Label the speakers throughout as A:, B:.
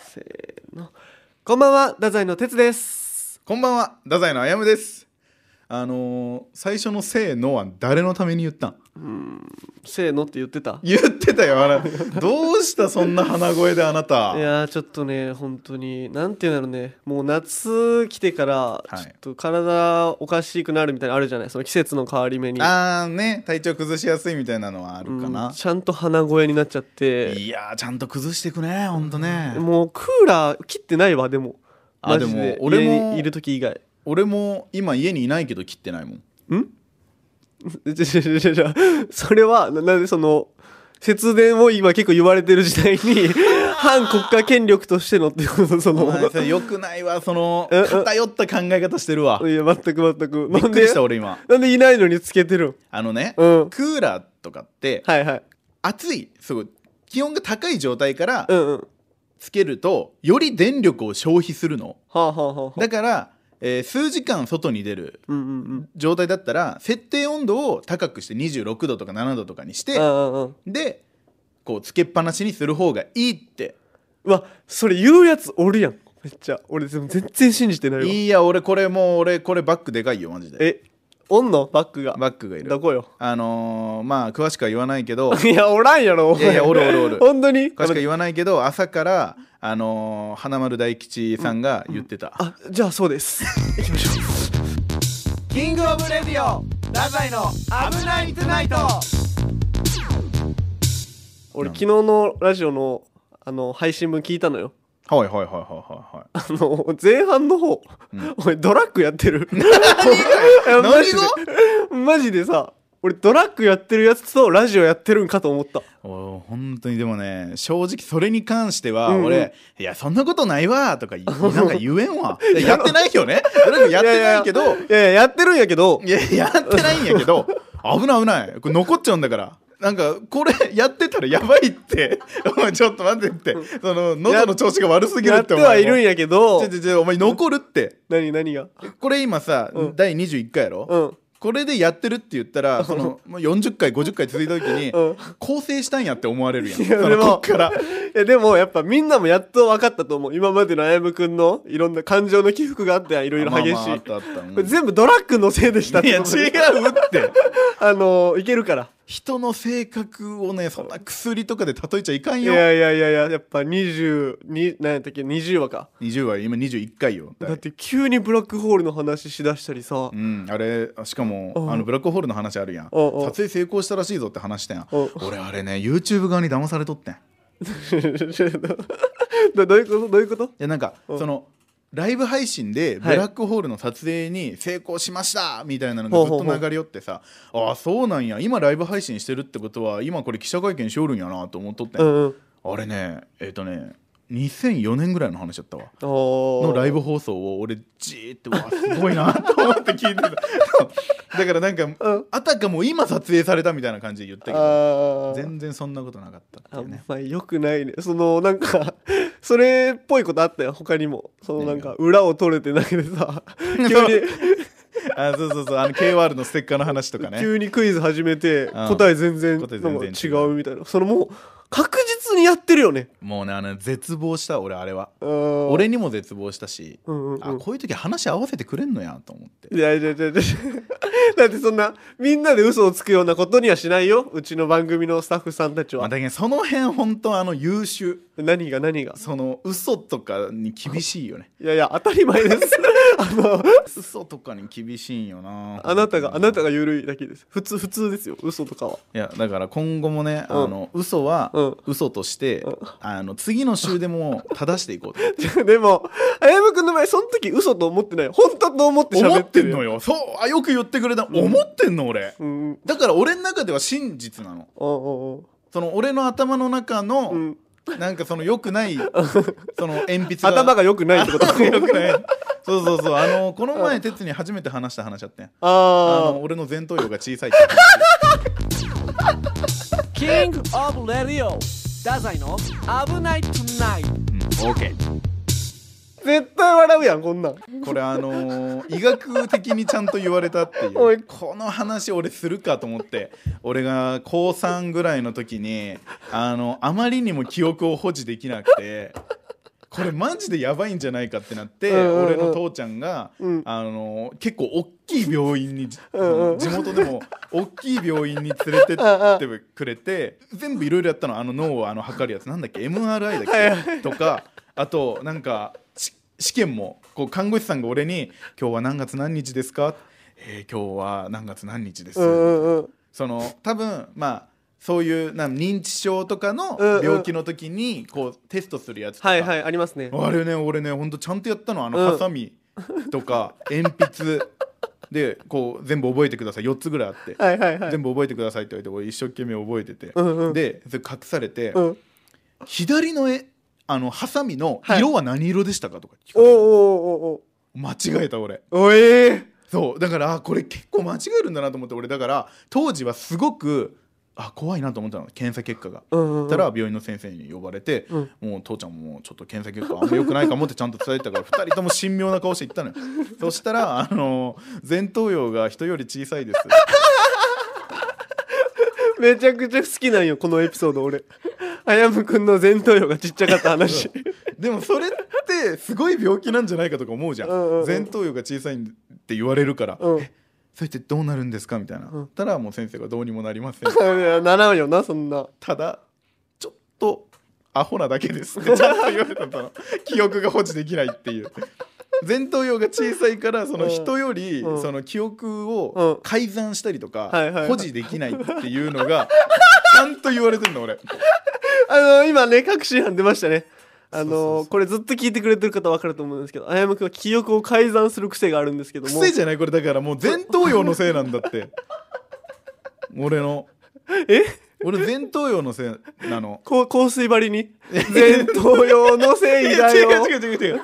A: せーのこんばんは太宰の哲です
B: こんばんは、太宰のあやむです。あのー最初のせーのは誰のために言ったん
A: せーのって言ってた
B: 言ってたよ、あら。どうしたそんな鼻声であなた
A: い。やーちょっとね本当になんていうんだろうねもう夏来てから
B: い
A: ちょっと体おかしくなるみたいなのあるじゃないその季節の変わり目に
B: あーね、体調崩しやすいみたいなのはあるか
A: う。
B: なん
A: ちゃんと鼻声になっちゃって
B: いやー、ちゃんと崩してくね、ほんとね。
A: もうクーラー切ってないわでも
B: あ
A: マジ
B: で
A: で
B: も俺も
A: 家にいる時以外
B: 俺も今家にいないけど切ってないもん。
A: じゃじゃじゃじゃじゃそれはななんでその節電を今結構言われてる時代 に反国家権力としてのってことそ
B: お
A: の
B: 前さ、よくないわ、その、
A: うんうん
B: 偏った考え方してるわ。
A: いや全く全く
B: び
A: な
B: っ
A: ん
B: くり
A: で
B: した、俺今。
A: なんでいないのにつけてるん
B: あのね、
A: うん
B: クーラーとかって、
A: はいはい
B: 暑い、すごい、気温が高い状態から、
A: うんうんは
B: つけるとより電力を消費するの
A: あはあはあはあ
B: だから、えー数時間外に出る
A: うんうんうん
B: 状態だったら設定温度を高くして26度とか7度とかにして
A: うんうんうん
B: でこうつけっぱなしにする方がいいって
A: うわそれ言うやつおるやんめっちゃ俺でも全然信じてないわ
B: いいや俺これもう俺これバックでかいよマジで
A: えおんのバッグが
B: バックがいる
A: どこよ
B: あのーまあ詳しくは言わないけど
A: いやおらんやろお
B: いやいやおるおるおる
A: 本当に
B: 詳しくは言わないけど朝からあのー花丸大吉さんが言ってた、
A: あじゃあそう です行きましょう
B: キングオブレディオラザイの危ないトゥナイト
A: 俺
B: なん
A: 昨日のラジオのあの配信分聞いたのよ
B: はいはいはいはいはいはい
A: あの前半の方、
B: うん
A: 俺ドラッグやって る いやマ
B: 何
A: ジ
B: 語
A: でマジでさ俺ドラッグやってるやつとラジオやってるんかと思った
B: お本当にでもね正直それに関しては
A: うんうん
B: 俺、いやそんなことないわとかいなんか言えん わいややってないよねそれでもやってないけどい
A: やいやいややってるんやけど
B: ややってないんやけど危ない危ないこれ残っちゃうんだからなんかこれやってたらやばいってお前ちょっと待ってってその喉の調子が悪すぎる
A: やっ
B: っ
A: てて
B: お
A: は
B: 前
A: いるん
B: も
A: やけど
B: ちょちょちょお前残るって
A: 何何が
B: これ今さ、
A: うん
B: 第21回やろ、
A: うん
B: これでやってるって言ったらそのもう40回50回続いた時に、
A: うん
B: 構成したんやって思われるやん
A: いや
B: そ
A: で
B: の
A: も
B: こっから。
A: いやでもやっぱみんなもやっと分かったと思う今までのあやむくんのいろんな感情の起伏があっていろいろ激しい、
B: まあまああったあったうん
A: これ全部ドラッグのせいでしたっ
B: いや
A: て
B: 違う
A: ことで
B: って
A: あのいけるから
B: 人の性格をねそんな薬とかで例えちゃいかん
A: い
B: よ
A: やいやいやいややっぱ22何やったっけ20話か
B: 20は今21回よ
A: だって急にブラックホールの話しだしたりさ
B: うん、あれしかも
A: うん
B: あのブラックホールの話あるやん
A: うん
B: 撮
A: うん
B: 影成功したらしいぞって話したやん
A: うん
B: 俺あれね YouTube 側に騙されとってんい
A: どどういうことどういうこと
B: やなんか
A: うん
B: そのライブ配信で
A: はい
B: ブラックホールの撮影に成功しましたみたいなのがずっ
A: ほう
B: と
A: ほうほう
B: 流れ寄ってさああそうなんや今ライブ配信してるってことは今これ記者会見しおるんやなと思っとってん
A: うんうん
B: あれねえっ、とね2004年ぐらいの話だったわ
A: おー
B: のライブ放送を俺じーってわあすごいなと思って聞 いてたそうだからなんか
A: うん
B: あたかも今撮影されたみたいな感じで言ったけど
A: あー
B: 全然そんなことなかったってい
A: あ
B: うね
A: まあよくないねそのなんか それっぽいことあったよ他にもそのなんか裏を取れてないで さ急に、
B: あそうそうそうあの KR のステッカーの話とかね
A: 急にクイズ始めて
B: ん
A: 答え全然なん
B: 答
A: か
B: え
A: 違
B: 全然違う
A: うみたいなそのもう確実にやってるよね
B: もうねあの絶望した俺あれは
A: 俺
B: 俺にも絶望したし、
A: うんうんうん
B: あこういう時話合わせてくれんのやと思って
A: いやいやいやいやだってそんなみんなで嘘をつくようなことにはしないようちの番組のスタッフさんたち
B: まあ、
A: は
B: だけどその辺本当あの優秀
A: 何が何が
B: その嘘とかに厳しいよね
A: いやいや当たり前ですあの
B: 嘘とかに厳しいんよな
A: あなたがあなたが緩いだけです普通普通ですよ嘘とかはい
B: やだから今後もね、
A: うん
B: あの嘘は
A: うん
B: 嘘として、
A: うん
B: あの次の週でも正していこうと
A: でも、あやむくんの場合、その時嘘と思ってない。本当と思って
B: 思
A: 喋
B: っ
A: って
B: て
A: る
B: ん
A: よ。
B: のよそうあよく言ってくれた、思ってんの俺
A: うんうん。
B: だから俺の中では真実なの
A: おう
B: その俺の頭の中
A: おうお
B: の、
A: ううん。
B: なんかその良くないその鉛筆が
A: 頭が良くないって こと。あ
B: 良くないそうそうそうあのこの前哲に初めて話した話あってんあ
A: あ
B: の俺の前頭葉が小さいって話
C: キング・オブ・レディオ太宰の「危ない・トゥ・ナイト」
B: うんオーケー
A: ー。絶対笑うやん、こんなん。
B: これあのー医学的にちゃんと言われたってい
A: おいう
B: この話俺するかと思って俺が高3ぐらいの時にあのあまりにも記憶を保持できなくてこれマジでやばいんじゃないかってなって、
A: うんうんうん
B: 俺の父ちゃんが、あの結構大きい病院に、
A: んうん
B: その地元でも大きい病院に連れてってくれて全部いろいろやったのあの脳をあの測るやつなんだっけ MRI だっけとかあとなんかし試験もこう看護師さんが俺に「今日は何月何日ですか?」えー今日は何月何日です」
A: うんうんうん
B: その多分まあそういうなん認知症とかの
A: うんうん
B: 病気の時にこうテストするやつとか、
A: はいはいありますね
B: あれね俺ねほんとちゃんとやったのあの
A: うん
B: ハサミとか鉛筆でこう全部覚えてください4つぐらいあって、
A: はいはいはい
B: 全部覚えてくださいって言われて俺一生懸命覚えてて、
A: うんうん
B: でそれ隠されて、
A: うん
B: 左の絵あのハサミの
A: はい
B: 色は何色でしたかとか聞か
A: おう
B: れて
A: おうおう
B: 間違えた俺
A: おうおええ
B: そうだからあこれ結構間違えるんだなと思って俺だから当時はすごくあ怖いなと思ったの検査結果が。
A: うんうん
B: たら病院の先生に呼ばれて、
A: ん
B: もう父ちゃんもちょっと検査結果あんま良くないかもってちゃんと伝えてたから二人とも神妙な顔して 言ったのよそしたらあの前頭葉が人より小さいです
A: めちゃくちゃ好きなんよこのエピソード俺あやむくんの前頭葉がちっちゃかった 話
B: でもそれってすごい病気なんじゃないかとか思うじゃん,、
A: うんうんうん
B: 前頭葉が小さいって言われるから、
A: うん
B: えそれってどうなるんですかみたいな、たらもう先生がどうにもな りません
A: ならんよなそんな
B: ただちょっとアホなだけですって ちゃんと言われたの記憶が保持できないっていう前頭葉が小さいからその人より
A: うん
B: その記憶
A: う
B: を
A: ん
B: 改ざんしたりとか
A: はいはいはい
B: 保持できないっていうのがちゃんと言われてんの俺
A: あの今ね各種班出ましたねあの
B: そうそうそう
A: これずっと聞いてくれてる方分かると思うんですけどあやむくんは記憶を改ざんする癖があるんですけども
B: 癖じゃないこれだからもう前頭葉のせいなんだって俺の
A: え
B: 俺前頭葉のせいなの
A: こう香水張りに前頭葉の
B: え
A: せいだ
B: 違う
A: よ
B: 違う違う違う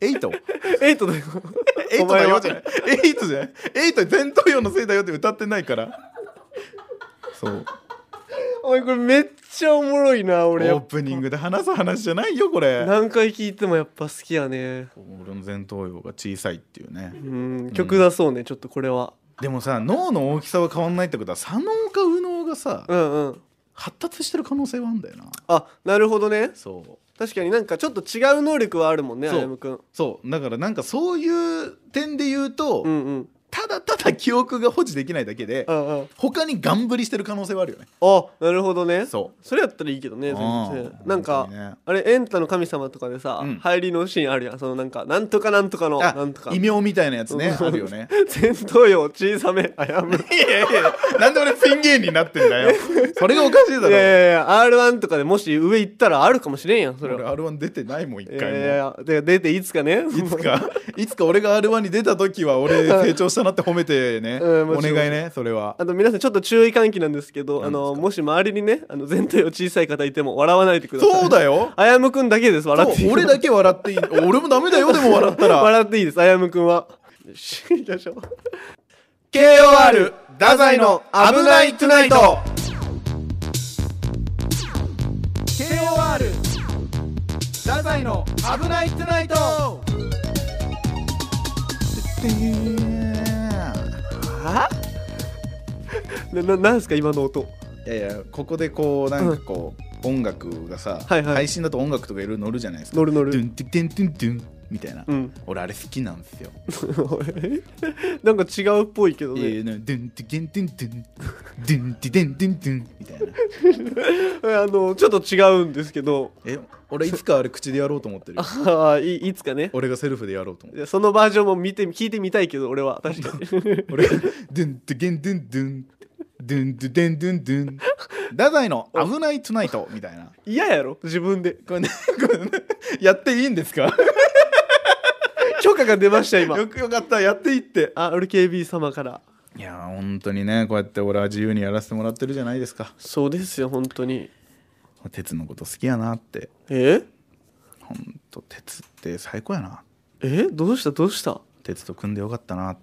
B: えエイト
A: エイトだよ
B: エイト
A: お前
B: だ
A: は
B: よじゃない。エイトじゃない。エイト前頭葉のせいだよって歌ってないから。そう。
A: お前これめっちゃおもろいな
B: オ
A: 俺
B: ープニングで話す話じゃないよこれ。
A: 何回聞いてもやっぱ好きやね
B: 俺の前頭葉が小さいっていうね。
A: うん曲だそうね、ちょっとこれは
B: でもさ脳の大きさは変わんないってことは左脳か右脳がさ
A: うんうん
B: 発達してる可能性はあるんだよな。
A: あなるほどね
B: そう。
A: 確かになんかちょっと違う能力はあるもんねあ
B: そう
A: やむくん
B: そうだからなんかそういう点で言うと、
A: うんうん
B: ただただ記憶が保持できないだけで、
A: うんうん
B: 他にガンぶりしてる可能性はあるよね。
A: あなるほどね
B: そ
A: それやったらいいけどね
B: うん
A: 全然なんか
B: 本当にね
A: あれエンタの神様とかでさ、
B: うん
A: 入りのシーンあるやんそのなんかなんとかなんとかの
B: う。
A: なんとか
B: 異名みたいなやつねあるよ ね。
A: 前頭葉小さめあや む
B: いやいやなんで俺ピン芸人になってんだよそれがおかしいだろ
A: いやいやいや R1 とかでもし上行ったらあるかもしれんやんそれ
B: 俺
A: は
B: R1 出てないもん一
A: いや
B: 回
A: い
B: も
A: やいやで出ていつかね
B: いつかいつか俺が R1 に出た時は俺成長したなって褒めてね、
A: うんも
B: お
A: ちろ
B: 願
A: ん
B: いねそれは
A: あと皆さんちょっと注意喚起なんですけどあ
B: 何
A: のもし周りにねあの前頭葉小さい方いても笑わないでください
B: そうだよ
A: あやむくんだけです笑っていい
B: そ
A: う
B: 俺だけ笑っていい俺もダメだよでも笑ったら
A: 笑っていいですあやむくんはよし行きましょう
B: KOR 太宰の危ないトゥナイト
C: KOR 太宰の危ないトゥナイト
A: は なななんすか今の音
B: いやいやここでこうなんかこう、音楽がさ、
A: はいはい
B: 配信だと音楽とかいろいろ乗るじゃないですか
A: 乗る乗
B: ドゥ
A: る
B: ンティテンテンテンみたいな、
A: うん
B: 俺あれ好きなんですよ。
A: なんか違うっぽいけどね、
B: えー、なんかドゥンティテンテンテン、ドゥンティテンテンテンみたいな。
A: あのちょっと違うんですけど
B: え、俺いつかあれ口でやろうと思ってるよ。
A: ああいいつかね
B: 俺がセルフでやろうと思って
A: いやそのバージョンも見て聞いてみたいけど俺は確かに
B: る。俺がドゥンティゲンドゥンドゥン、ドゥンドゥデンドゥンドゥン。ダダイの危ないトゥナイトみたいな。
A: 嫌やろ自分で
B: これね、これねやっていいんですか
A: 許可が出ました今
B: よくよかった、やっていいって。
A: あ RKB 様から
B: いやー、本当にね、こうやって俺は自由にやらせてもらってるじゃないですか。
A: そうですよ本当に
B: 鉄のこと好きやなって。
A: え
B: ほんと、鉄って最高やな。
A: えどうしたどうした
B: 鉄と組んでよかったな。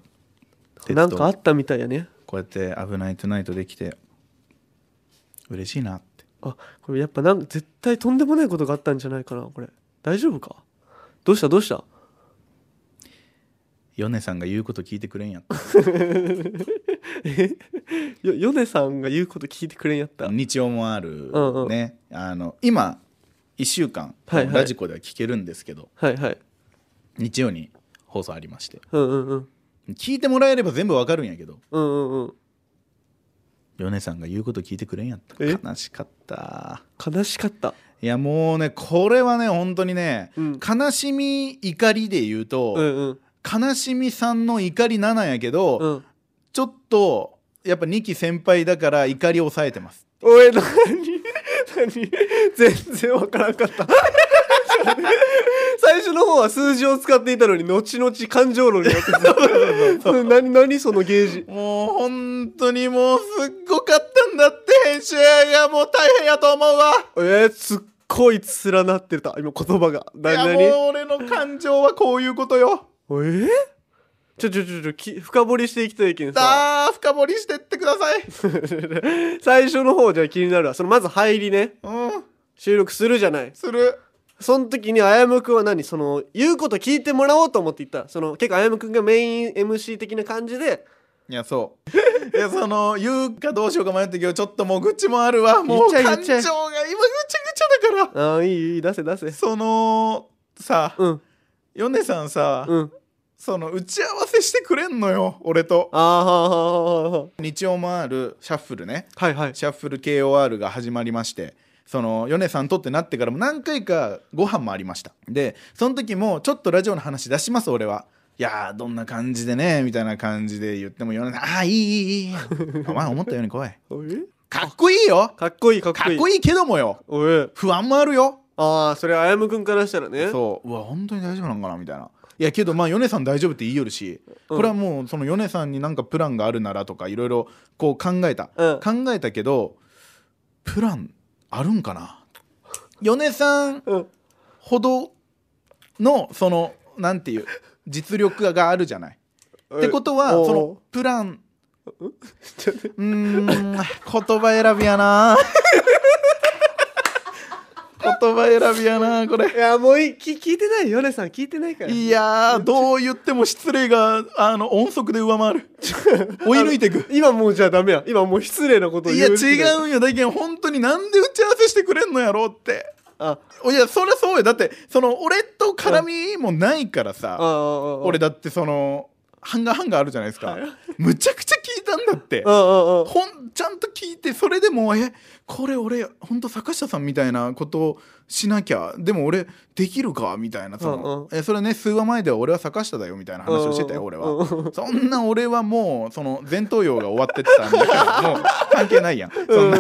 B: 鉄
A: なんかあ
B: と
A: ったみたいやね
B: こうやって「危ないトゥナイト」できて嬉しいなって
A: あこれやっぱなんか絶対とんでもないことがあったんじゃないかなこれ大丈夫かどうしたどうした
B: ヨネさんが言うこと聞いてくれんやった
A: よ ヨネさんが言うこと聞いてくれんやった
B: 日曜もある
A: うんうん
B: ねあの今1週間、
A: はいはい
B: ラジコでは聞けるんですけど
A: はいはい
B: 日曜に放送ありまして
A: うんうんうん
B: 聞いてもらえれば全部わかるんやけど
A: うんうんうん
B: 米さんが言うこと聞いてくれんやった
A: え
B: 悲しかった
A: 悲しかった
B: いやもうねこれはね本当にね、
A: うん
B: 悲しみ怒りで言うと、
A: うんうん
B: 悲しみさんの怒り7やけど、
A: うん
B: ちょっとやっぱ2期先輩だから怒り抑えてます
A: おい何何全然わからんかった最初の方は数字を使っていたのに後々感情論になってた何何そのゲージ
B: もう本当にもうすっごかったんだって編集がもう大変やと思うわ
A: えー、すっごい連なってた今言葉が
B: いや
A: 何
B: も
A: 何
B: う俺の感情はこういうことよ
A: えー、ちょちょちょちょき深掘りしていきたいけんさ
B: さあ深掘りしてってください
A: 最初の方じゃあ気になるわそのまず入りね
B: うん
A: 収録するじゃない
B: する
A: その時にあやむくんは何その言うこと聞いてもらおうと思って言ったその結構あやむくんがメイン MC 的な感じで
B: いやそ ういやその言うかどうしようか迷ったけどちょっともう愚痴もあるわも
A: 言っ
B: う
A: ちゃえ
B: 感
A: 言っ
B: 情
A: ちゃ
B: が
A: え
B: 今ぐちゃぐちゃだか
A: ああいいいい出せ出せ
B: らそのさ
A: うん
B: ヨネさんさ、
A: うん
B: その打ち合わせしてくれんのよ俺と
A: ああはあはあはあは
B: 日曜もあるシャッフルね
A: あはいはい
B: シャッフル KOR が始まりましてその米さんとってなってからも何回かご飯もありましたでその時もちょっとラジオの話出します俺はいやーどんな感じでねみたいな感じで言っても米さん「ああいいいいいいお前思ったように来い
A: え
B: かっこいいよ
A: かっこいいかっこ
B: か
A: い
B: っ
A: い
B: こいいけどもよ
A: おえ
B: 不安もあるよ
A: ああそれあやむくんからしたらね
B: そううわ本当に大丈夫なんかなみたいないやけどまあ米さん大丈夫って言いよるし、
A: うん
B: これはもうその米さんになんかプランがあるならとかいろいろこう考えた、
A: うん
B: 考えたけどプランあるんかな米さん
A: うん
B: ほどのそのなんていう実力があるじゃない。ってことは
A: おう
B: そのプランうーん言葉選びやな言葉選びやなこ れ
A: いやもういいき聞いてないよねさん聞いてないから
B: いやーどう言っても失礼があの音速で上回る追い抜いていく
A: 今もうじゃあダメや今もう失礼なことを
B: い
A: 言
B: や
A: う
B: 違うんよだけど本当になんで打ち合わせしてくれんのやろうって
A: あ
B: いやそりゃそうよだってその俺と絡みもないから
A: あ
B: さ
A: あ
B: 俺だってそのハンガーハンガーあるじゃないですかむちゃくちゃ聞いたんだ って
A: あああ
B: ほんちゃんと聞いてそれでもえこれ俺ほんと坂下さんみたいなことをしなきゃでも俺できるかみたいなその、えそれね数話前では俺は坂下だよみたいな話をしてたよ俺
A: うん
B: は
A: うん
B: そんな俺はもうその前頭葉が終わってったんだからもう 関係ないやんそんな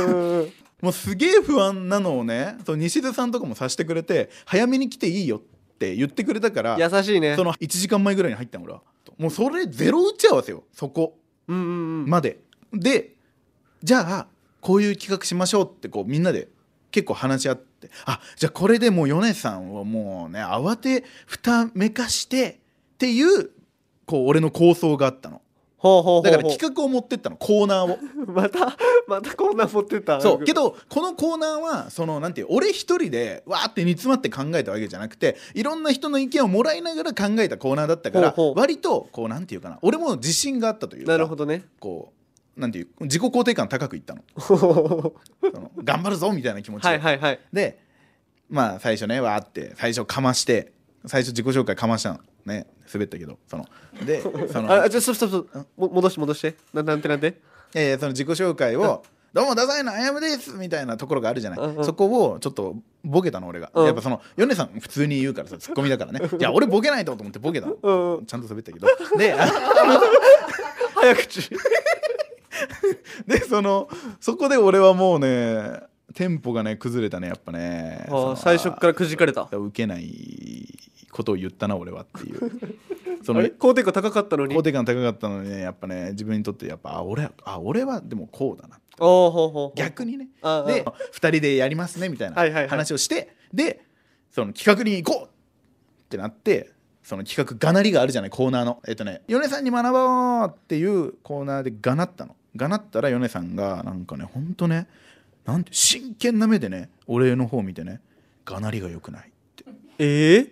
B: もうすげえ不安なのをねその西津さんとかもさしてくれて早めに来ていいよって言ってくれたから
A: 優しいね
B: その1時間前ぐらいに入ったの俺はもうそれゼロ打ち合わせよそこ
A: うんうんうん
B: まででじゃあこういう企画しましょうってこうみんなで結構話し合ってあじゃあこれでもう米さんをもうね慌てふためかしてっていうこう俺の構想があったの
A: ほうほうほうほう
B: だから企画を持ってったのコーナーを
A: またまたこんな持ってた
B: そうけどこのコーナーはそのなんていう俺一人でわーって煮詰まって考えたわけじゃなくていろんな人の意見をもらいながら考えたコーナーだったから
A: ほうほう
B: 割とこうなんていうかな俺も自信があったというか
A: なるほどね
B: こうなんていう自己肯定感高くいったの
A: ほうほうほ
B: その頑張るぞみたいな気持
A: う
B: ちで,、
A: はいはいはい
B: でまあ最初ねわーって最初かまして最初自己紹介かましたのね滑ったけどその でその
A: あじゃあそうそうそうんも戻して戻してななんてなんて
B: えーその自己紹介を「どうも太宰のあやむです」みたいなところがあるじゃない、
A: うんうん
B: そこをちょっとボケたの俺が、
A: うん
B: やっぱその米さん普通に言うからさツッコミ だからね「いや俺ボケないと」と思ってボケたの
A: うん
B: ちゃんと滑ったけどであ
A: 早 口
B: でそのそこで俺はもうねテンポがね崩れたねやっぱねそ
A: あ
B: の
A: あ最初からくじかれた
B: 受けないことを言ったな俺はっていう そ
A: あ
B: の
A: れ
B: 肯
A: 肯定感高かったのに
B: 定感高かったのにねやっぱね自分にとってやっぱあ俺あ俺はでもこうだな
A: ああほうほうほう
B: 逆にね
A: ああ
B: で
A: あ
B: 2人でやりますねみたい
A: はいはいはい
B: な話をして、でその企画に行こうってなってその企画がなりがあるじゃないコーナーのえっとね「米さんに学ぼう!」っていうコーナーでがなったのがなったら米さんがなんかねほんとねなんて真剣な目でね俺の方見てね「がなりが良くない」
A: ええ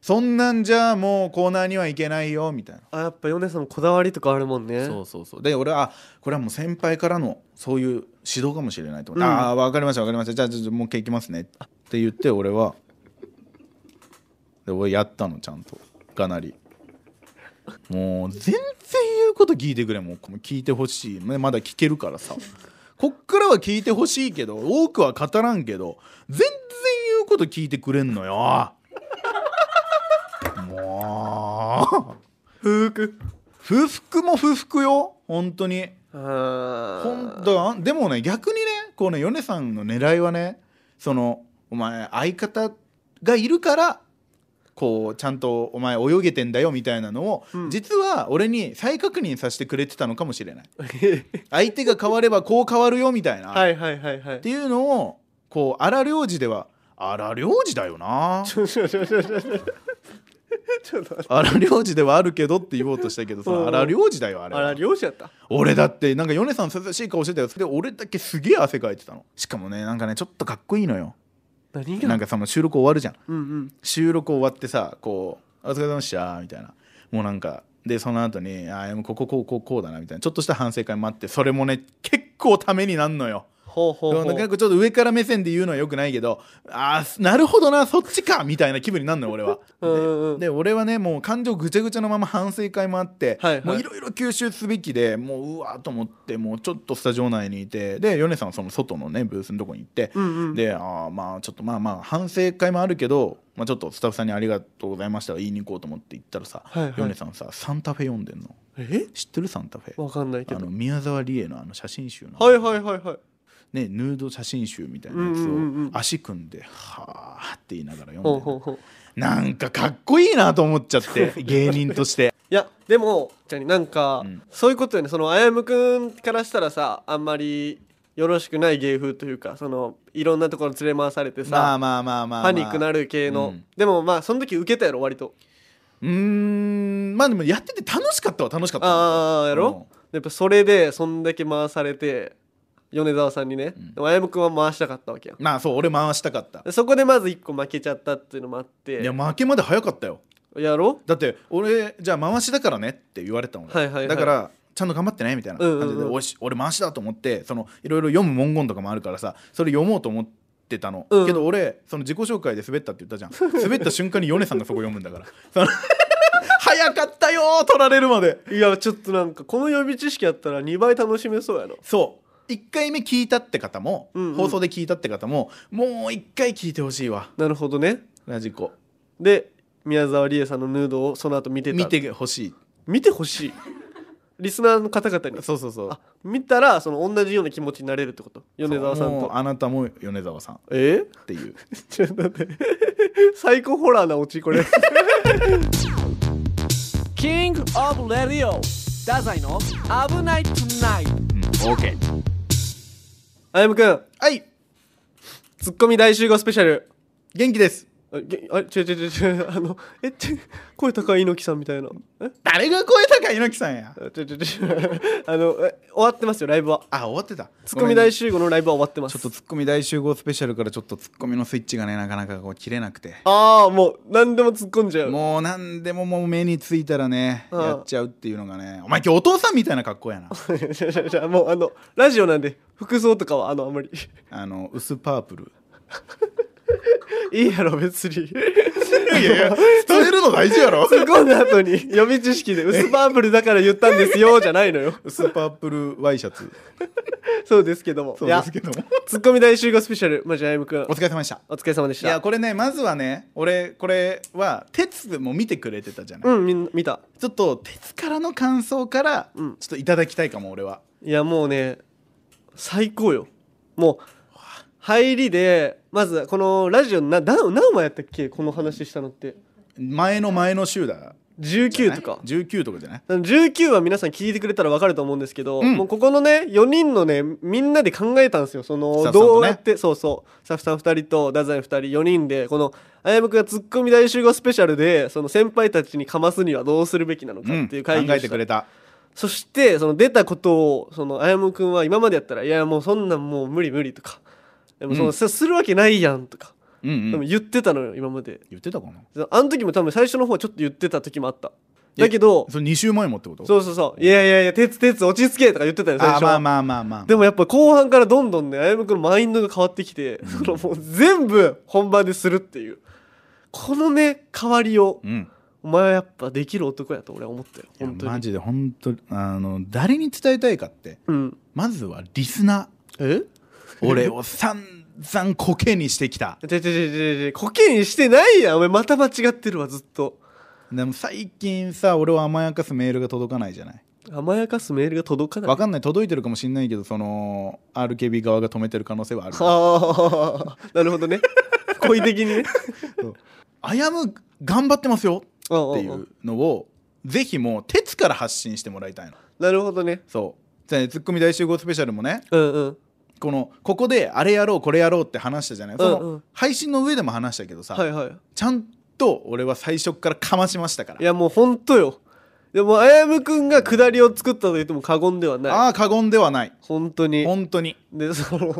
B: そんなんじゃもうコーナーにはいけないよみたいな
A: あやっぱ米さんもこだわりとかあるもんね
B: そうそうそうで俺はあこれはもう先輩からのそういう指導かもしれないと思って、
A: うん
B: ああ分かりました分かりましたじゃあちょっともう一回行きますねって言って俺はで俺やったのちゃんとかなりもう全然言うこと聞いてくれもう聞いてほしいねまだ聞けるからさこっからは聞いてほしいけど多くは語らんけど全然言うこと聞いてくれんのよもう
A: ふうく
B: 不服も不服よ本当に
A: あ
B: ほん
A: ー
B: とあでもね逆にねこうね米さんの狙いはねそのお前相方がいるからこうちゃんとお前泳げてんだよみたいなのを、
A: ん
B: 実は俺に再確認させてくれてたのかもしれない相手が変わればこう変わるよみたいな、
A: はいはいはい はい
B: っていうのをこう荒領事では荒領事だよな
A: ちょちょちょちょちょちょちょっと待って
B: 荒領事ではあるけどって言おうとしたけど
A: うん
B: さ荒領事だよあれ
A: あ
B: は
A: ら漁師やった
B: 俺だってなんか米さん涼しい顔してたよで俺だけすげえ汗かいてたのしかもねなんかねちょっとかっこいいのよ
A: 何が
B: なんかその収録終わるじゃん
A: うんうん
B: 収録終わってさこう「お疲れ様でした」みたいなもうなんかでその後に「あーもうこここうこうこうだな」みたいなちょっとした反省会もあってそれもね結構ためになんのよ
A: ほうほうほう
B: なんかちょっと上から目線で言うのはよくないけどああなるほどなそっちかみたいな気分になるのよ俺は
A: うんうんうん
B: で俺はねもう感情ぐちゃぐちゃのまま反省会もあって、
A: はいはい
B: もういろいろ吸収すべきでもううわーと思ってもうちょっとスタジオ内にいてで米さんはその外のねブースのとこに行って、
A: うんうん
B: でああまあちょっとまあまあ反省会もあるけど、まあ、ちょっとスタッフさんにありがとうございました言いに行こうと思って行ったらさ、
A: はいはい
B: 米さんさサンタフェ読んでんの
A: え
B: 知ってるサンタフェ
A: わかんないけ
B: あ
A: ど
B: の宮沢りえのあの写真集の、
A: はいはいはいはい
B: ね、ヌード写真集みたいなや
A: うんうんうんうん
B: つを足組んで「はあ」って言いながら読んでん
A: ほう
B: の
A: ほうほう
B: なんかかっこいいなと思っちゃ って芸人として
A: いやでもじゃあねなんか、
B: うん
A: そういうことよねそのあやむくんからしたらさあんまりよろしくない芸風というかそのいろんなところに連れ回されてさ、
B: まあまあまあまあ、まあ、
A: パニックなる系の、
B: うん
A: でもまあその時受けたやろ割と
B: うーんまあでもやってて楽しかったは楽しかった
A: ああやろ、やっぱそれでそんだけ回されて米沢さんにね、
B: うん
A: でもあやむくんは回したかったわけやん
B: まあそう俺回したかった
A: でそこでまず1個負けちゃったっていうのもあっ
B: い
A: て
B: や負けまで早かったよ
A: やろ
B: だって俺じゃあ回しだからねって言われたの、
A: はいはいはい
B: だからちゃんと頑張ってねみたいな感じで、
A: うんうんうん
B: おし俺回しだと思ってそのいろいろ読む文言とかもあるからさそれ読もうと思ってたの、
A: うん
B: けど俺その自己紹介で滑ったって言ったじゃ ん滑った瞬間にヨネさんがそこ読むんだからその 早かったよー取られるまで
A: いやちょっとなんかこの予備知識やったら2倍楽しめそうやな
B: そう1回目聞いたって方も、
A: うんうん
B: 放送で聞いたって方ももう1回聞いてほしいわ
A: なるほどね
B: ラジコ
A: で宮沢りえさんのヌードをその後見てた
B: 見てほしい
A: 見てほしいリスナーの方々に
B: そうそうそう
A: あ見たらその同じような気持ちになれるってこと米沢さん
B: もう
A: と
B: あなたも米沢さんっ
A: え
B: ていう
A: ちょっと待って最高ホラーなオチ これ
C: キングオブレディオダザイの危ないトゥナイト
B: うん OK
A: あやむくん
B: はい
A: ツッコミ大集合スペシャル
B: 元気です
A: あげあれ違う違う違う違うあのえち声高い猪木さんみたいなえ
B: 誰が声高い猪木さんや
A: あ違う違う違うあのえ終わってますよライブは
B: あ終わってた
A: ツッコミ大
B: 集
A: 集合のライブは終わってます
B: ちょっとツッコミ大集合スペシャルからちょっとツッコミのスイッチがねなかなかこう切れなくて
A: ああもう何でも突っ込んじゃう
B: もう何でももう目についたらね
A: うん
B: やっちゃうっていうのがねお前今日お父さんみたいな格好 やな
A: じゃあじゃあじゃあもうあのラジオなんで服装とかはあのあんまり
B: あの薄パープル
A: いいやろ別に
B: いやい や伝えるの大事や ろ
A: 突っ込んだ後に予備知識で「薄パープルだから言ったんですよ」じゃないのよ
B: 薄パープルワイシャツ
A: そうですけども
B: そうですけども
A: いやツッコミ大集合スペシャルまあじゃあ歩夢君
B: お疲れ様でした
A: お疲れ様でし
B: い
A: た
B: やこれねまずはね俺これは鉄も見てくれてたじゃない、
A: うんみんな見た
B: ちょっと鉄からの感想からちょ
A: うん
B: っといただきたいかも俺はい
A: やもうね最高よもう入りでまずこのラジオな何何話やったっけこの話したのって
B: 前の前の週だ
A: 19とか
B: 19とかじゃない
A: あの19は皆さん聞いてくれたら分かると思うんですけど、
B: うん
A: もうここのね4人のねみんなで考えたんですよそ
B: スタ
A: の
B: ッフさんとね
A: どうやって、そうそうスタッフさん2人と太宰2人4人でこの「あやむくんがツッコミ大集合スペシャルで」その先輩たちにかますにはどうするべきなのかっていう会
B: うん、
A: 議
B: 考
A: を
B: え
A: してた、
B: くれた
A: そしてその出たことをそのあやむくんは今までやったら「いやもうそんなんもう無理無理」とか「でもその、
B: うん
A: さするわけないやん」とか
B: うんうん
A: 多分言ってたのよ今まで
B: 言ってたかな
A: あの時も多分最初の方はちょっと言ってた時もあっただけど
B: それ2週前もってこと
A: そうそうそういやいやいや鉄鉄落ち着けとか言ってたよ最
B: あー
A: 初
B: まあまあまあまあ
A: でもやっぱ後半からどんどんねあやむくんのマインドが変わってきて、そのもう全部本番でするっていうこのね変わりを、
B: うん
A: お前はやっぱできる男やと俺は思ったよ
B: いや
A: 本当
B: マ
A: に
B: ジで本当あの誰に伝えたいかって
A: うん
B: まずはリスナ
A: え
B: ー俺を散々コケにしてきた
A: ちょちょちょちょちょコケにしてないやんお前また間違ってるわずっと
B: でも最近さ俺を甘やかすメールが届かないじゃない
A: 甘やかすメールが届かない
B: わかんない届いてるかもしんないけどその RKB 側が止めてる可能性はある
A: はあ なるほどね故意的に ね
B: あやむ頑張ってますよ
A: っ
B: っていうのをぜひもう鉄から発信してもらいたいの
A: なるほどね
B: そうじゃあねツッコミ大集合スペシャルもね
A: うんうん
B: このここであれやろうこれやろうって話したじゃない、そ
A: うんう
B: の
A: ん
B: 配信の上でも話したけどさ、
A: はいはい
B: ちゃんと俺は最初からかましましたから
A: いやもうほんとよでもあやむくんが下りを作ったと言っても過言ではない
B: ああ過言ではない
A: 本当に
B: 本当に
A: でその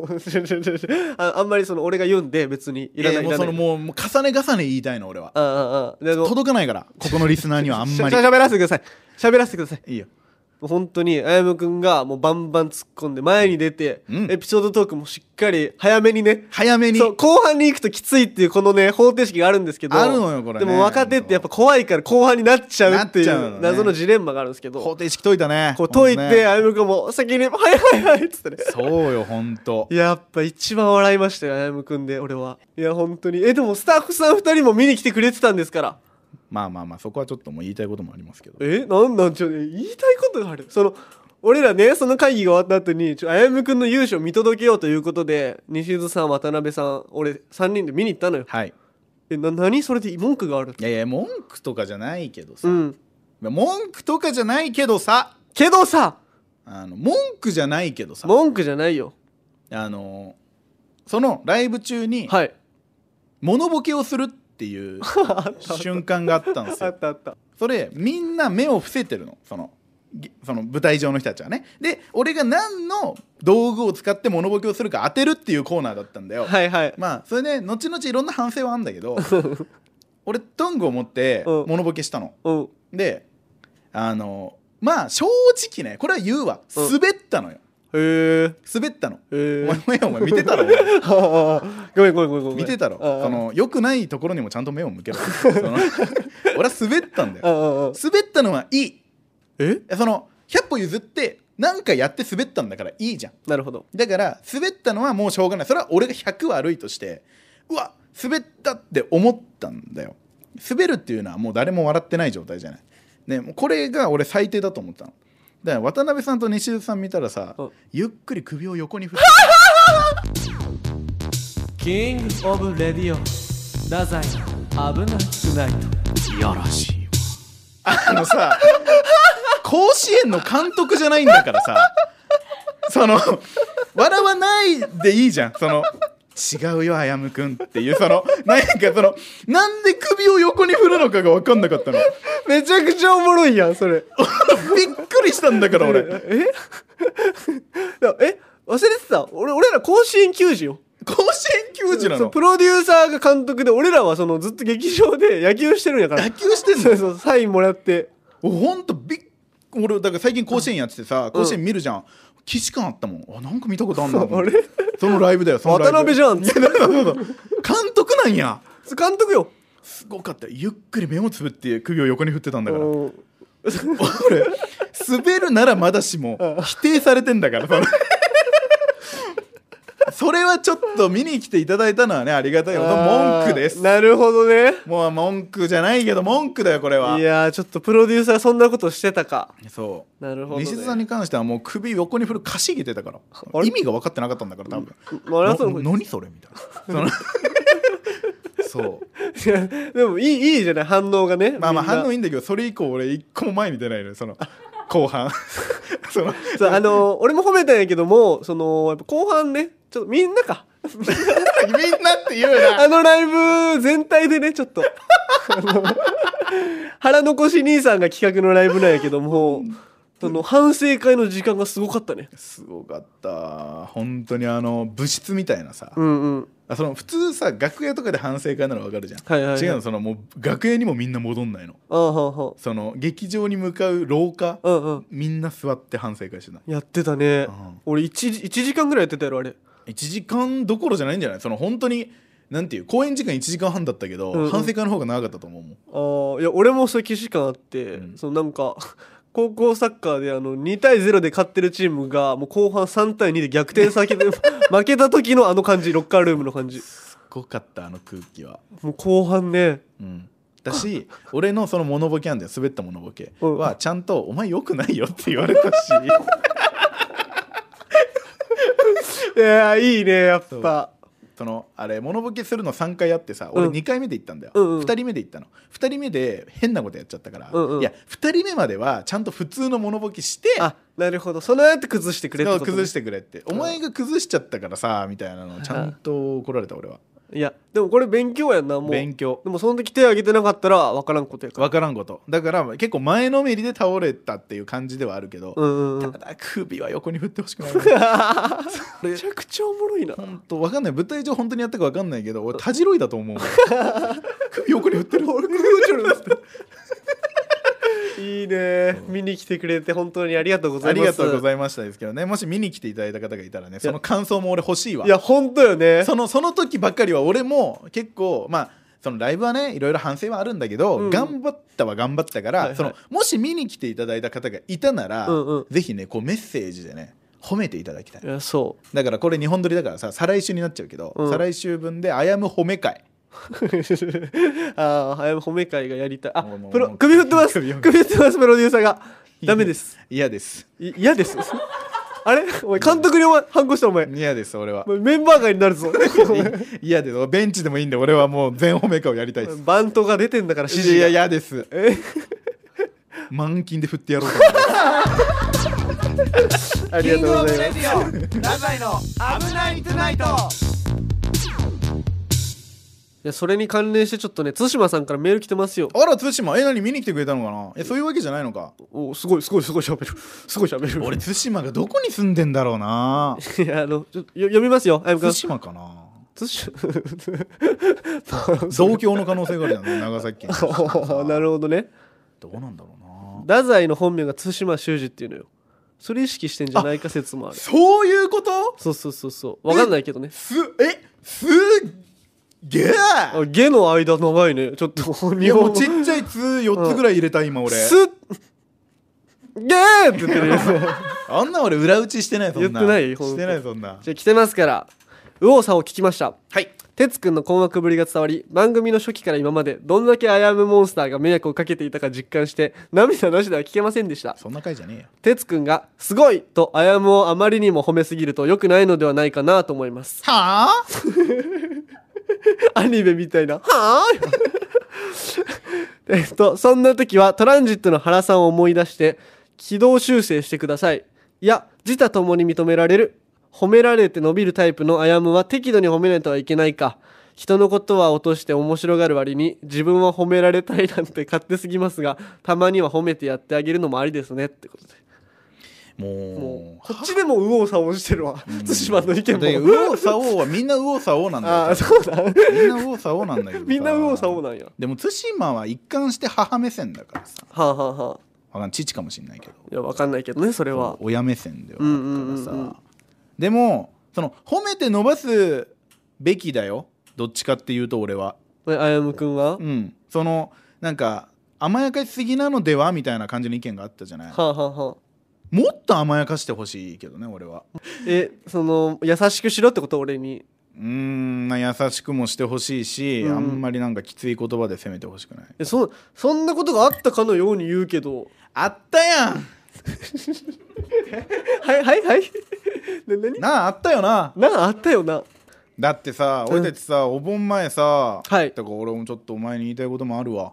A: ああんまりその俺が言うんで別にいらない
B: や
A: い
B: もう
A: ら
B: そ
A: な
B: の
A: い
B: もうもう重ね重ね言いたいの俺は
A: ああああであのし
B: 届かないからここのリスナー にはあん
A: ゃ
B: まり
A: しゃべらせてください喋らせてください
B: いいよ
A: もう本当にあやむくんがもうバンバン突っ込んで前に出て、
B: うん
A: エピソードトークもしっかり早めにね
B: 早めに
A: そう後半に行くときついっていうこのね方程式があるんですけど
B: あるのよこれね
A: でも若手ってやっぱ怖いから後半になっちゃうってい
B: なっちゃ
A: う
B: うのね
A: 謎のジレンマがあるんですけど
B: 方程式解いたね
A: こう解い
B: ほんと
A: て
B: ね
A: あやむくんも先に「はいはいはい」っつってね
B: そうよほんと
A: やっぱ一番笑いましたよあやむくんで俺はいや本当にえでもスタッフさん2人も見に来てくれてたんですから
B: まあまあまあそこはちょっともう言いたいこともありますけど
A: えなんなんちょ言いたいことがあるその俺らねその会議が終わった後にちょあやむくんの優勝見届けようということで西津さん渡辺さん俺3人で見に行ったのよ
B: はい
A: えな何それで文句がある
B: いやいや文句とかじゃないけどさ、
A: うん
B: 文句とかじゃないけどさ
A: けどさ
B: あの文句じゃないけどさ
A: 文句じゃないよ
B: あのそのライブ中に
A: はい
B: 物ボケをするっていう
A: あった
B: 瞬間があったんです
A: あ
B: よ
A: ったあった
B: それみんな目を伏せてるのそのぎその舞台上の人たちはねで俺が何の道具を使って物ボケをするか当てるっていうコーナーだったんだよ、
A: はいはい
B: まあそれで後々いろんな反省はあるん だけど俺トングを持って
A: うん
B: 物ボケしたの、
A: うん
B: であのまあ正直ねこれは言うわ
A: うん
B: 滑ったのよ、
A: へえ
B: 滑ったの、
A: へえ
B: お前お前お前見て たろお前
A: ごめんごめんごめんごめん
B: 見てたろ
A: ああ
B: その良くないところにもちゃんと目を向 けろその俺は滑ったんだ
A: あ
B: よ
A: あああ
B: 滑ったのはいい
A: え
B: その100歩譲って何かやって滑ったんだからいいじゃん
A: なるほど
B: だから滑ったのはもうしょうがないそれは俺が100悪いとしてうわ滑ったって思ったんだよ滑るっていうのはもう誰も笑ってない状態じゃないねもうこれが俺最低だと思ったのだから渡辺さんと西津さん見たらさ
A: うん
B: ゆっくり首を横に振って
C: キングオブレディオ太宰の危なくない
B: いやらしいあのさ甲子園の監督じゃないんだからさその笑わないでいいじゃんその違うよあやむくんっていうそのなんかそのなんで首を横に振るのかが分かんなかったの
A: めちゃくちゃおもろいやんそれ
B: びっくりしたんだから俺
A: え いやえ忘れてた俺俺ら甲子園球児よ
B: 甲子園球児な
A: そう
B: の
A: プロデューサーが監督で俺らはそのずっと劇場で野球してるんやから
B: 野球してんの
A: そうそうサインもらって
B: ほんとびっ俺だから最近甲子園やっててさ甲子園見るじゃん既視感あったもんあなんか見たことあんな
A: あれ
B: そのライブだよそのライ
A: 渡辺
B: ブ
A: じゃん
B: いやそうそうそう監督なんや
A: 監督よ
B: すごかったゆっくり目をつぶって首を横に振ってたんだから
A: うん
B: 俺滑るならまだしも否定されてんだからそのそれはちょっと見に来ていただいたのはねありがたいこと文句です
A: あーなるほどね
B: もう文句じゃないけど文句だよこれはい
A: やーちょっとプロデューサーそんなことしてたか
B: そう
A: なるほどね
B: 西津さんに関してはもう首横に振るかしげてたから
A: あれ
B: 意味が分かってなかったんだから多分
A: まああなたの
B: な
A: 声
B: 何それみたいなその そう
A: いやでもいいいいじゃない反応がね
B: まあまあ
A: みんな
B: 反応いいんだけどそれ以降俺一個も前に出ないのよその後 半その
A: そうあのー俺も褒めたんやけどもそのやっぱ後半ねちょっとみんな か
B: みんなって言うな
A: あのライブ全体でねちょっとあの腹残し兄さんが企画のライブなんやけどもその反省会の時間がすごかったね
B: すごかった本当にあの物質みたいなさ、
A: うんうん
B: あその普通さ楽屋とかで反省会ならわかるじゃん、
A: はいはいはい
B: 違うのそのもう楽屋にもみんな戻んないの
A: あはんはん
B: その劇場に向かう廊下、
A: うんうん
B: みんな座って反省会してない
A: やってたね、
B: ん
A: 俺 1, 一時間ぐらいやってたやろあれ
B: 1時間どころじゃないんじゃないその本当になんていう公演時間1時間半だったけど、
A: うんうん
B: 反省会の方が長かったと思うもん
A: あーいや俺もそういう既視感あって、
B: うん
A: そのなんか 高校サッカーであの2対0で勝ってるチームがもう後半3対2で逆転 先で負けた時のあの感じロッカールームの感じ
B: すごかったあの空気は
A: もう後半ね
B: うんだし俺のそのモノボケなんだよ滑ったモノボケ
A: うん
B: はちゃんと「お前よくないよ」って言われたし
A: いやーいいねやっぱ
B: そのあれモノボケするの3回やってさ俺
A: うん
B: 2回目で行ったんだよ、
A: う
B: 二
A: んうん
B: 2人目で行ったの2人目で変なことやっちゃったから、
A: うんうん
B: いや2人目まではちゃんと普通のモノボケして
A: あなるほどその後崩してくれってこと、ね、
B: 崩してくれって、お前が崩しちゃったからさみたいなのちゃんと怒られた俺はい
A: やでもこれ勉強やんなもう
B: 勉強
A: でもその時手挙げてなかったら分からんことやから
B: 分からんことだから結構前のめりで倒れたっていう感じではあるけど、
A: うんうん うん
B: ただ首は横に振ってほしくないな
A: めちゃくちゃおもろいな
B: 本当わかんない舞台上本当にやったかわかんな いけど俺たじろいだと思うもん首横に振ってる俺首振ってる
A: いいね見に来てくれて本当にありがとうござ
B: あ
A: い
B: り
A: ます
B: がとうございましたですけどねもし見に来ていただいた方がいたらねその感想も俺欲しいわ
A: いや本当よね
B: そのその時ばっかりは俺も結構まあそのライブはねいろいろ反省はあるんだけど、
A: うん
B: 頑張ったは頑張ったから、
A: はいはい
B: そのもし見に来ていただいた方がいたなら、
A: うんうん
B: ぜひねこうメッセージでね褒めていただきたい
A: いやそ
B: だからこれ日本撮りだからさ再来週になっちゃうけど、
A: うん
B: 再来週分で「あやむ褒め会
A: うああ早め褒め会がやりたいあ
B: もうもう
A: プロ
B: もう
A: 首振ってます首
B: 首を
A: 振ってますプロデューサーがダメです」
B: 嫌です
A: い嫌 ですあれお前監督にお前反抗したお前
B: 嫌です俺は
A: お前メンバー外になるぞ
B: い嫌ですベンチでもいいんで俺はもう全褒め会をやりたいです
A: バントが出てんだから指示
B: い
A: が
B: や嫌です
A: え
B: 満金で振ってやろうと思います
A: ありが
C: キン
A: と
C: グ
A: う
C: オ
A: ご
C: ブ
A: ざい
C: レ
A: ま
C: デ
A: す
C: ィオ太宰の危ないトゥナイト
A: いやそれに関連してちょっとね対馬さんからメール来てますよ
B: あら対馬え何見に来てくれたのかなえそういうわけじゃないのか
A: おすごいすごいすごい喋るすごい喋る
B: 俺対馬がどこに住んでんだろう ない
A: やあのちょっとよ読みますよあやむか
B: 対
A: ん
B: 馬かな
A: つ し
B: 同郷の可能性があるじゃん長崎 県
A: なるほどね
B: どうなんだろうな
A: 太宰の本名が対馬修二っていうのよそれ意識してんじゃないか説もある
B: そういうこと
A: そうそうそうそうわかんないけどね
B: すえすっげえ
A: あ下の間長いねちょっと
B: い
A: 日
B: やも
A: 本
B: うちっちゃい「つ」4つぐらい入れた今俺
A: すっゲーって言ってるよ
B: あんな俺裏打ちしてないそんな
A: 言ってないほんと
B: してないそん な
A: じゃあ来てますから右往左往聞きました
B: はい
A: 哲くんの困惑ぶりが伝わり番組の初期から今までどんだけ危うむモンスターが迷惑をかけていたか実感して涙なしでは聞けませんでした
B: そんな回じゃねえよ
A: 哲くんが「すごい!」とあやむをあまりにも褒めすぎると良くないのではないかなと思います
B: はあ
A: アニメみたいな「はあ? えっと」そんな時はトランジットの原さんを思い出して軌道修正してくださいいや自他ともに認められる褒められて伸びるタイプのあやむは適度に褒めないとはいけないか人のことは落として面白がる割に自分は褒められたいなんて勝手すぎますがたまには褒めてやってあげるのもありですねってことで
B: も
A: もう
B: う
A: こっちでも右往左往してるわ対馬の意
B: で
A: 見
B: 右
A: も
B: 往左往はみんな右往左往なんだよ
A: ああそうだ
B: みんな右往左往なんだけど さ
A: みんな右往左往なんやは
B: でも対馬は一貫して母目線だからさ
A: あはあはあ
B: わかん父かもしんないけど
A: いやわかんないけどねそれは
B: 親目線ではあるからさ、
A: うんうんうんうん
B: でもその褒めて伸ばすべきだよどっちかっていうと俺は
A: えあやむくんはは
B: うんそのなんか甘やかしすぎなのではみたいな感じの意見があったじゃない
A: あはあはあ
B: もっと甘やかしてほしいけどね俺は
A: えその優しくしろってこと俺に
B: うーん優しくもしてほしいし、
A: うん
B: あんまりなんかきつい言葉で責めてほしくない
A: えそそんなことがあったかのように言うけど
B: あったやん
A: はいはいはい な何
B: なああったよな
A: なんかあったよな
B: だってさ俺たちさ、お盆前さ、
A: はい
B: だから俺もちょっとお前に言いたいこともあるわ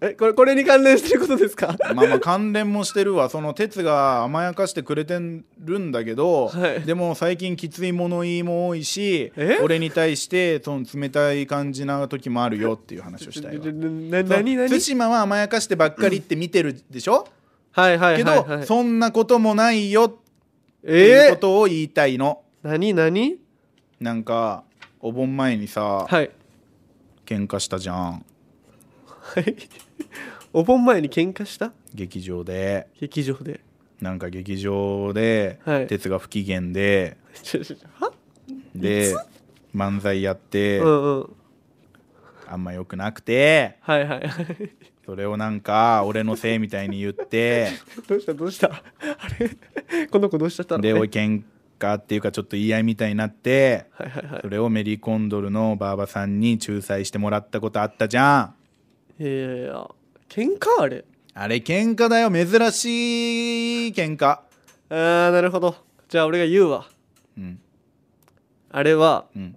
A: えこれこれに関連してることですか
B: まあまあ関連もしてるわその哲が甘やかしてくれてるんだけど、
A: はい
B: でも最近きつい物言いも多いし
A: え
B: 俺に対してその冷たい感じな時もあるよっていう話をしたいわ
A: なな何何
B: 対馬は甘やかしてばっかりって見てるでしょ、
A: はいはい
B: けど、
A: はいはい
B: そんなこともないよっていう
A: え
B: ことを言いたいの、
A: ー、何何
B: なんかお盆前にさ
A: はい
B: 喧嘩したじゃん
A: はいお盆前に喧嘩した
B: 劇場で
A: 劇場で
B: なんか劇場で、
A: はい
B: 鉄が不機嫌で
A: ちょちょちょは
B: で漫才やって、
A: うんうん
B: あんま良くなくて
A: はいはいはい
B: それをなんか俺のせいみたいに 言って
A: どうしたどうした あれこの子どうしちゃったの
B: で
A: は
B: おい
A: い
B: 喧嘩っていうかちょっと言い合いみたいになって
A: はいはい
B: それをメリーコンドルのバーバさんに仲裁してもらったことあったじゃん
A: いやいやいや喧嘩あれ
B: あれ喧嘩だよ珍しい喧嘩
A: あーなるほどじゃあ俺が言うわ
B: うん
A: あれは
B: うん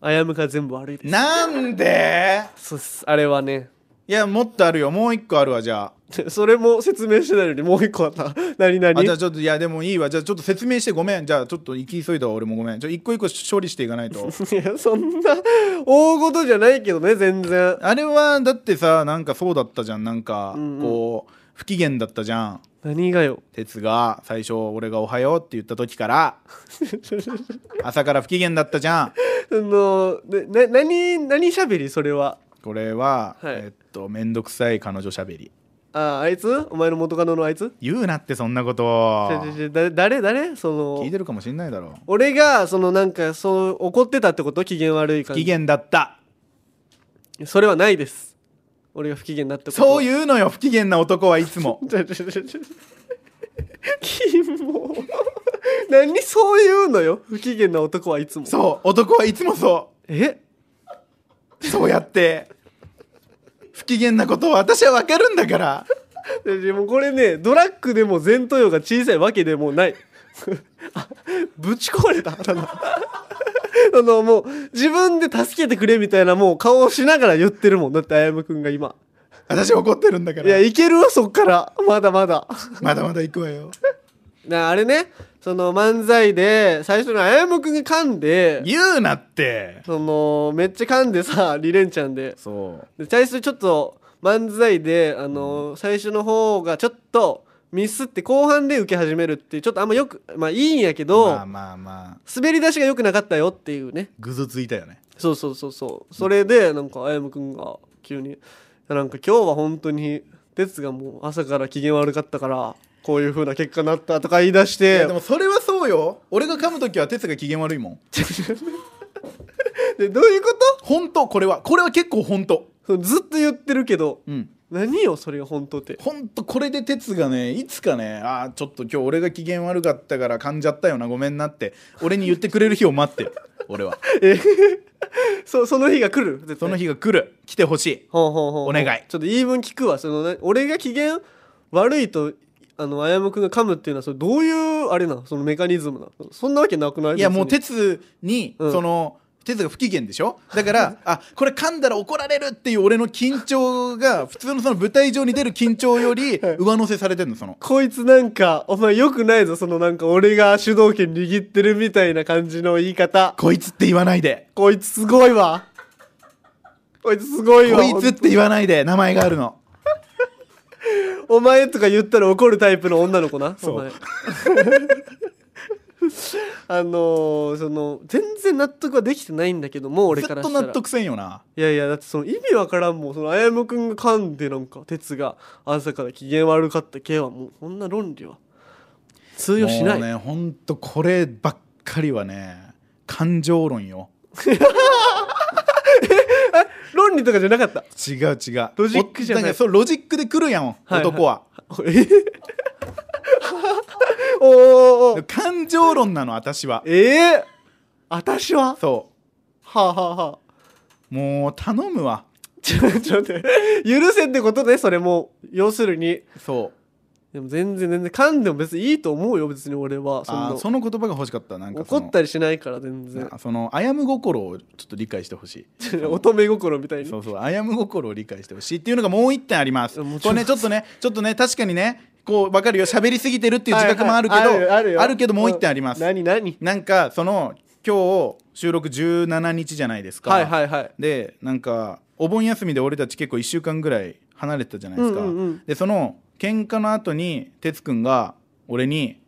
A: あやむが全部悪いです
B: なんで
A: そうっすあれはね
B: いやもっとあるよもう一個あるわじゃ
A: それも説明してないのにもう一個あった 何
B: あ
A: 何
B: あじゃあちょっといやでもいいわじゃあちょっと説明してごめんじゃあちょっと行き急いだわ俺もごめんちょ一個一個処理していかない と
A: いやそんな大ごとじゃないけどね全然
B: あれはだってさなんかそうだったじゃんなんか
A: うんうん
B: こう、不機嫌だったじゃん
A: 何が よ
B: 哲が最初俺が「おはよう」って言った 時から朝から不機嫌だったじゃん
A: そのなな何何しゃべりそれは
B: これは、
A: はい
B: えっと面倒くさい彼女しゃべり
A: ああいつお前の元カノのあいつ
B: 言うなってそんなこと
A: ちょちょちょだ誰誰そ
B: 聞
A: の
B: いてるかもしんないだろ
A: 俺がそのなんかそう怒ってたってこと機嫌悪い
B: 不
A: 感
B: 機
A: じ
B: 嫌だった
A: それはないです俺が不機嫌だってこと
B: そう
A: う
B: いうのよ不機嫌な男はいつも
A: ちょちょちょちょキモ何そういうのよ不機嫌な男はいつも
B: そう男はいつもそ
A: え
B: うそうやって不機嫌なことを私は分かるんだから
A: でもこれねドラッグでも前頭葉が小さいわけでもない あぶち壊れたただ あのもう自分で助けてくれみたいなもう顔をしながら言ってるもんだってあやむくんが今
B: 私怒ってるんだか
A: いや
B: ら
A: いけるわそっからまだまだ
B: まだまだ行くわよ
A: なあれねその漫才で最初にあやむくんが噛んで
B: 言うなって
A: そのめっちゃ噛んでさリレンちゃんで
B: そう
A: で最初ちょっと漫才で、あの最初の方がちょっとミスって後半で受け始めるっていうちょっとあんまよくまあいいんやけど、
B: まあまあまあ
A: 滑り出しが良くなかったよっていうね
B: ぐずついたよね
A: そうそうそうそうそれでなんかあやむくんが急に「なんか今日は本当に哲がもう朝から機嫌悪かったからこういう風な結果になった」とか言い出し
B: い
A: て
B: やでもそれはそうよ俺が噛む時は哲が機嫌悪いもん
A: でどういうこ
B: 本当これはこれは結構本当
A: とずっと言ってるけど
B: うん
A: 何よそれが本当って
B: 本当これで哲がねいつかねあーちょっと今日俺が機嫌悪かったから噛んじゃったよなごめんなって俺に言ってくれる日を待ってる 俺は
A: そその日が来る絶対
B: その日が来る来てほしい
A: ほうほうほう
B: お願い
A: ちょっと言い分聞くわそのな俺が機嫌悪いとあのあやむくんが噛むっていうのはそれどういうあれなのそのメカニズムなのそんなわけなくない
B: いやもう
A: 別に
B: 哲に、
A: うん
B: その哲が不機嫌でしょだからあこれ噛んだら怒られるっていう俺の緊張が普通のその舞台上に出る緊張より上乗せされてるのその
A: こいつなんかお前よくないぞそのなんか俺が主導権握ってるみたいな感じの言い方
B: こいつって言わないで
A: こいつすごいわこいつすごいわ
B: こいつって言わないで名前があるの
A: お前とか言ったら怒るタイプの女の子な
B: そう
A: お前 あのーその全然納得はできてないんだけども俺
B: ずっ
A: から
B: と
A: したら
B: 納得せんよない
A: やいやだってその意味わからんもんそのあやむくんが噛んでなんか鉄が朝から機嫌悪かった系はもうこんな論理は通用しない、
B: もうねほんとこればっかりはね感情論よ
A: 論理とかじゃなか った
B: 違う違う
A: ロジックじゃない
B: おんかそうロジックで来るやん、
A: はい
B: 男は
A: えおおおお
B: 感情論なの私は
A: ええ私は
B: そ
A: はあ、はあはあ、
B: うもう頼むわ
A: ちょちょっと待って許せってことねそれも要するに
B: そう
A: でも全然全然噛んでも別にいいと思うよ別に俺はそん
B: あ
A: な
B: ーその言葉が欲しかったなんか
A: 怒
B: その
A: ったりしないから全然
B: なそのあやむ心をちょっと理解してほしい
A: 乙女心みたいに
B: そうそうあやむ心を理解してほしいっていうのがもう一点あります
A: もち
B: こ
A: ろん
B: れねちょっとねちょっとね確かにねこう分かるよ喋りすぎてるっていう自覚もあるけど、
A: はいはいあるよ
B: あるけどもう一点あります、
A: 何何
B: なんかその今日収録17日じゃないですか、
A: はいはいはい
B: でなんかお盆休みで俺たち結構1週間ぐらい離れてたじゃないですか、
A: うんうんうん
B: でその喧嘩の後に哲くんが俺に「い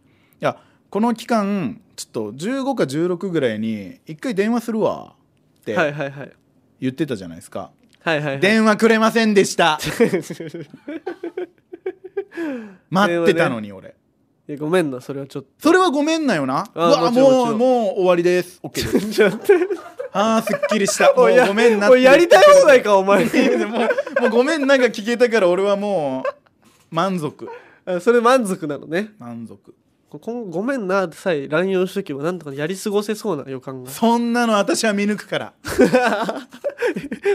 B: やこの期間ちょっと15か16ぐらいに一回電話するわ」って
A: はいはいはい
B: 言ってたじゃないですか、
A: はいはいはい
B: 電話くれませんでした 待ってたのに俺、
A: いやごめんなそれはちょっ
B: それはごめんなよなう
A: あ
B: わ
A: もちろんもちろ
B: もう
A: ん
B: もう終わりです OK です
A: とちょっと待って
B: ああすっきり したも
A: お
B: う
A: いや
B: ごめんな
A: おいやりたい
B: い
A: 放題かお前
B: もうもうごめんなんか聞けたから俺はもう満足
A: あそれ満足なのね
B: 満足
A: ここごめんなさえ乱用しとけばなんとかやり過ごせそうな予感が
B: そんなの私は見抜くから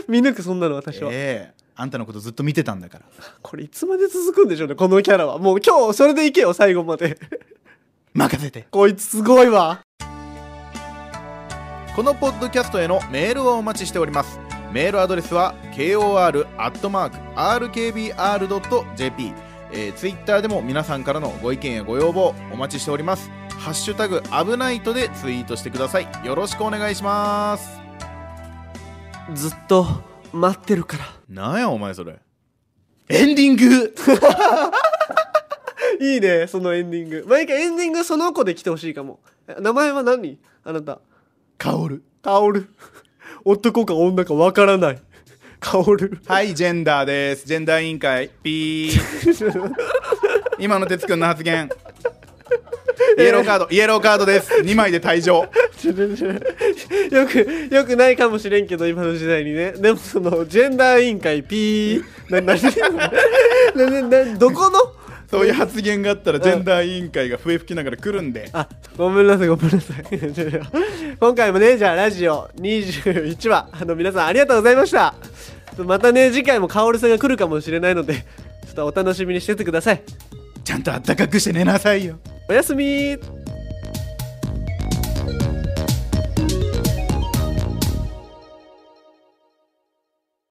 A: 見抜くそんなの私は、
B: ええあんたのことずっと見てたんだから
A: これいつまで続くんでしょうねこのキャラはもう今日それでいけよ最後まで
B: 任せて
A: こいつすごいわ
B: このポッドキャストへのメールをお待ちしておりますメールアドレスは kor.rkbr.jp えー、ツイッターでも皆さんからのご意見やご要望お待ちしておりますハッシュタグ危ないとでツイートしてくださいよろしくお願いします
A: ずっと待ってるから
B: なんやお前それエンディン グ
A: いいねそのエンディング毎回エンディングその子で来てほしいかもえ名前は何あなた
B: カオル
A: カオル 男か女かわからないカオル
B: はいジェンダーですジェンダー委員会ピー今の哲くんの発 言イエローカードイエローカードです2枚で退 場
A: ちょちょちょよくよくないかもしれんけど今の時代にねでもそのジェンダー委員会ピーなななななどこの
B: そういう発言があったらジェンダー委員会が笛吹きながら来るんで
A: あごめんなさいごめんなさい 今回もねじゃあラジオ21話あの皆さんありがとうございましたまたね次回もカオルさんが来るかもしれないのでちょっとお楽しみにしててください
B: ちゃんとあったかくして寝なさいよ
A: おやすみー